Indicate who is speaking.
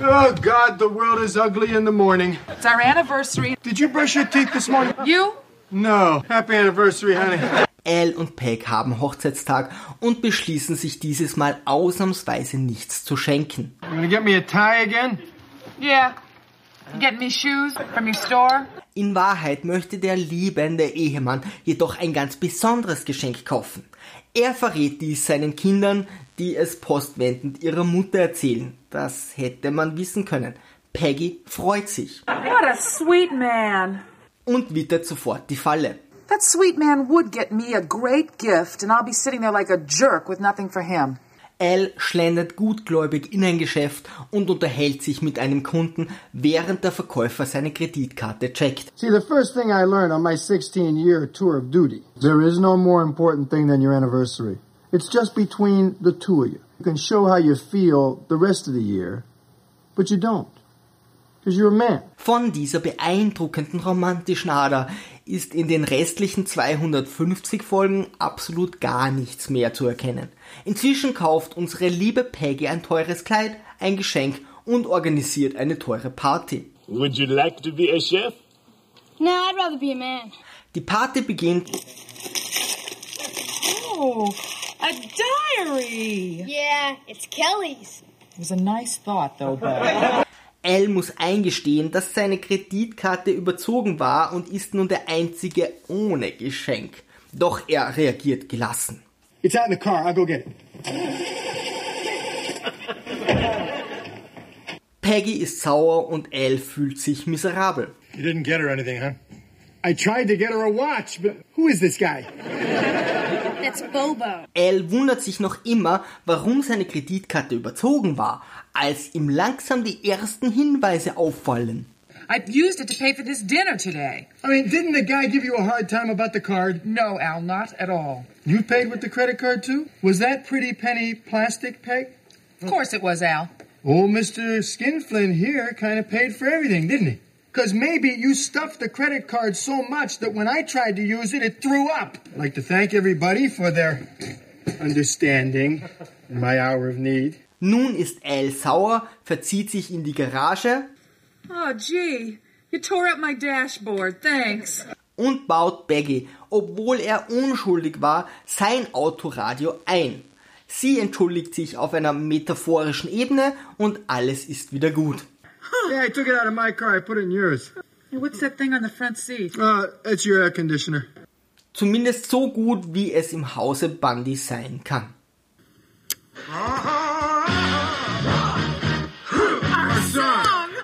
Speaker 1: Oh, God, the world is ugly in the morning.
Speaker 2: It's our anniversary.
Speaker 1: Did you brush your teeth this morning?
Speaker 2: You?
Speaker 1: No. Happy anniversary, honey.
Speaker 3: Al und Peg haben Hochzeitstag und beschließen sich dieses Mal ausnahmsweise nichts zu schenken.
Speaker 1: You gonna get me a tie again?
Speaker 2: Yeah. You Getting me shoes from your store?
Speaker 3: In Wahrheit möchte der liebende Ehemann jedoch ein ganz besonderes Geschenk kaufen. Er verrät dies seinen Kindern, die es postwendend ihrer Mutter erzählen. Das hätte man wissen können. Peggy freut sich
Speaker 2: What a sweet man.
Speaker 3: und wittert sofort die Falle.
Speaker 4: That sweet man would get me a great gift, and I'll be sitting there like a jerk with nothing for him.
Speaker 3: Al schlendert gutgläubig in ein Geschäft und unterhält sich mit einem Kunden, während der Verkäufer seine Kreditkarte checkt.
Speaker 1: See, the first thing I learned on my 16 year tour of duty there is no more important thing than your anniversary. It's just between the two of you. You can show how you feel the rest of the year, but you don't. Because you're a man.
Speaker 3: Von dieser beeindruckenden romantischen Ader ist in den restlichen 250 Folgen absolut gar nichts mehr zu erkennen. Inzwischen kauft unsere liebe Peggy ein teures Kleid, ein Geschenk und organisiert eine teure Party.
Speaker 5: Would you like to be a chef?
Speaker 6: No, I'd rather be a man.
Speaker 3: Die Party beginnt
Speaker 2: Oh, a diary.
Speaker 6: Yeah, it's Kelly's.
Speaker 4: It was a nice thought, though, Bud.
Speaker 3: Al muss eingestehen, dass seine Kreditkarte überzogen war und ist nun der einzige ohne Geschenk. Doch er reagiert gelassen.
Speaker 1: It's out in the car. I'll go get it.
Speaker 3: Peggy ist sauer und Al fühlt sich miserabel.
Speaker 1: You didn't get her anything, huh? I tried to get her a watch, but who is this guy?
Speaker 6: That's Bobo.
Speaker 3: Al wundert sich noch immer, warum seine Kreditkarte überzogen war, als ihm langsam die ersten Hinweise auffallen.
Speaker 2: I used it to pay for this dinner today.
Speaker 1: I mean, didn't the guy give you a hard time about the card?
Speaker 2: No, Al, not at all.
Speaker 1: You paid with the credit card too? Was that pretty penny plastic, Peg?
Speaker 2: Of course it was, Al.
Speaker 1: Old Mr. Skinflint here kind of paid for everything, didn't he? Because maybe you stuffed the credit card so much that when I tried to use it, it threw up. I'd like to thank everybody for their understanding in my hour of need.
Speaker 3: Nun ist Al sauer, verzieht sich in die Garage
Speaker 2: Oh, gee. You tore up my dashboard. Thanks.
Speaker 3: und baut Baggy, obwohl er unschuldig war, sein Autoradio ein. Sie entschuldigt sich auf einer metaphorischen Ebene und alles ist wieder gut.
Speaker 1: Yeah, I took it out of my car. I put it in yours.
Speaker 2: Hey, what's that thing on the front seat?
Speaker 1: Uh, it's your air conditioner.
Speaker 3: Zumindest so gut, wie es im Hause Bundy sein kann.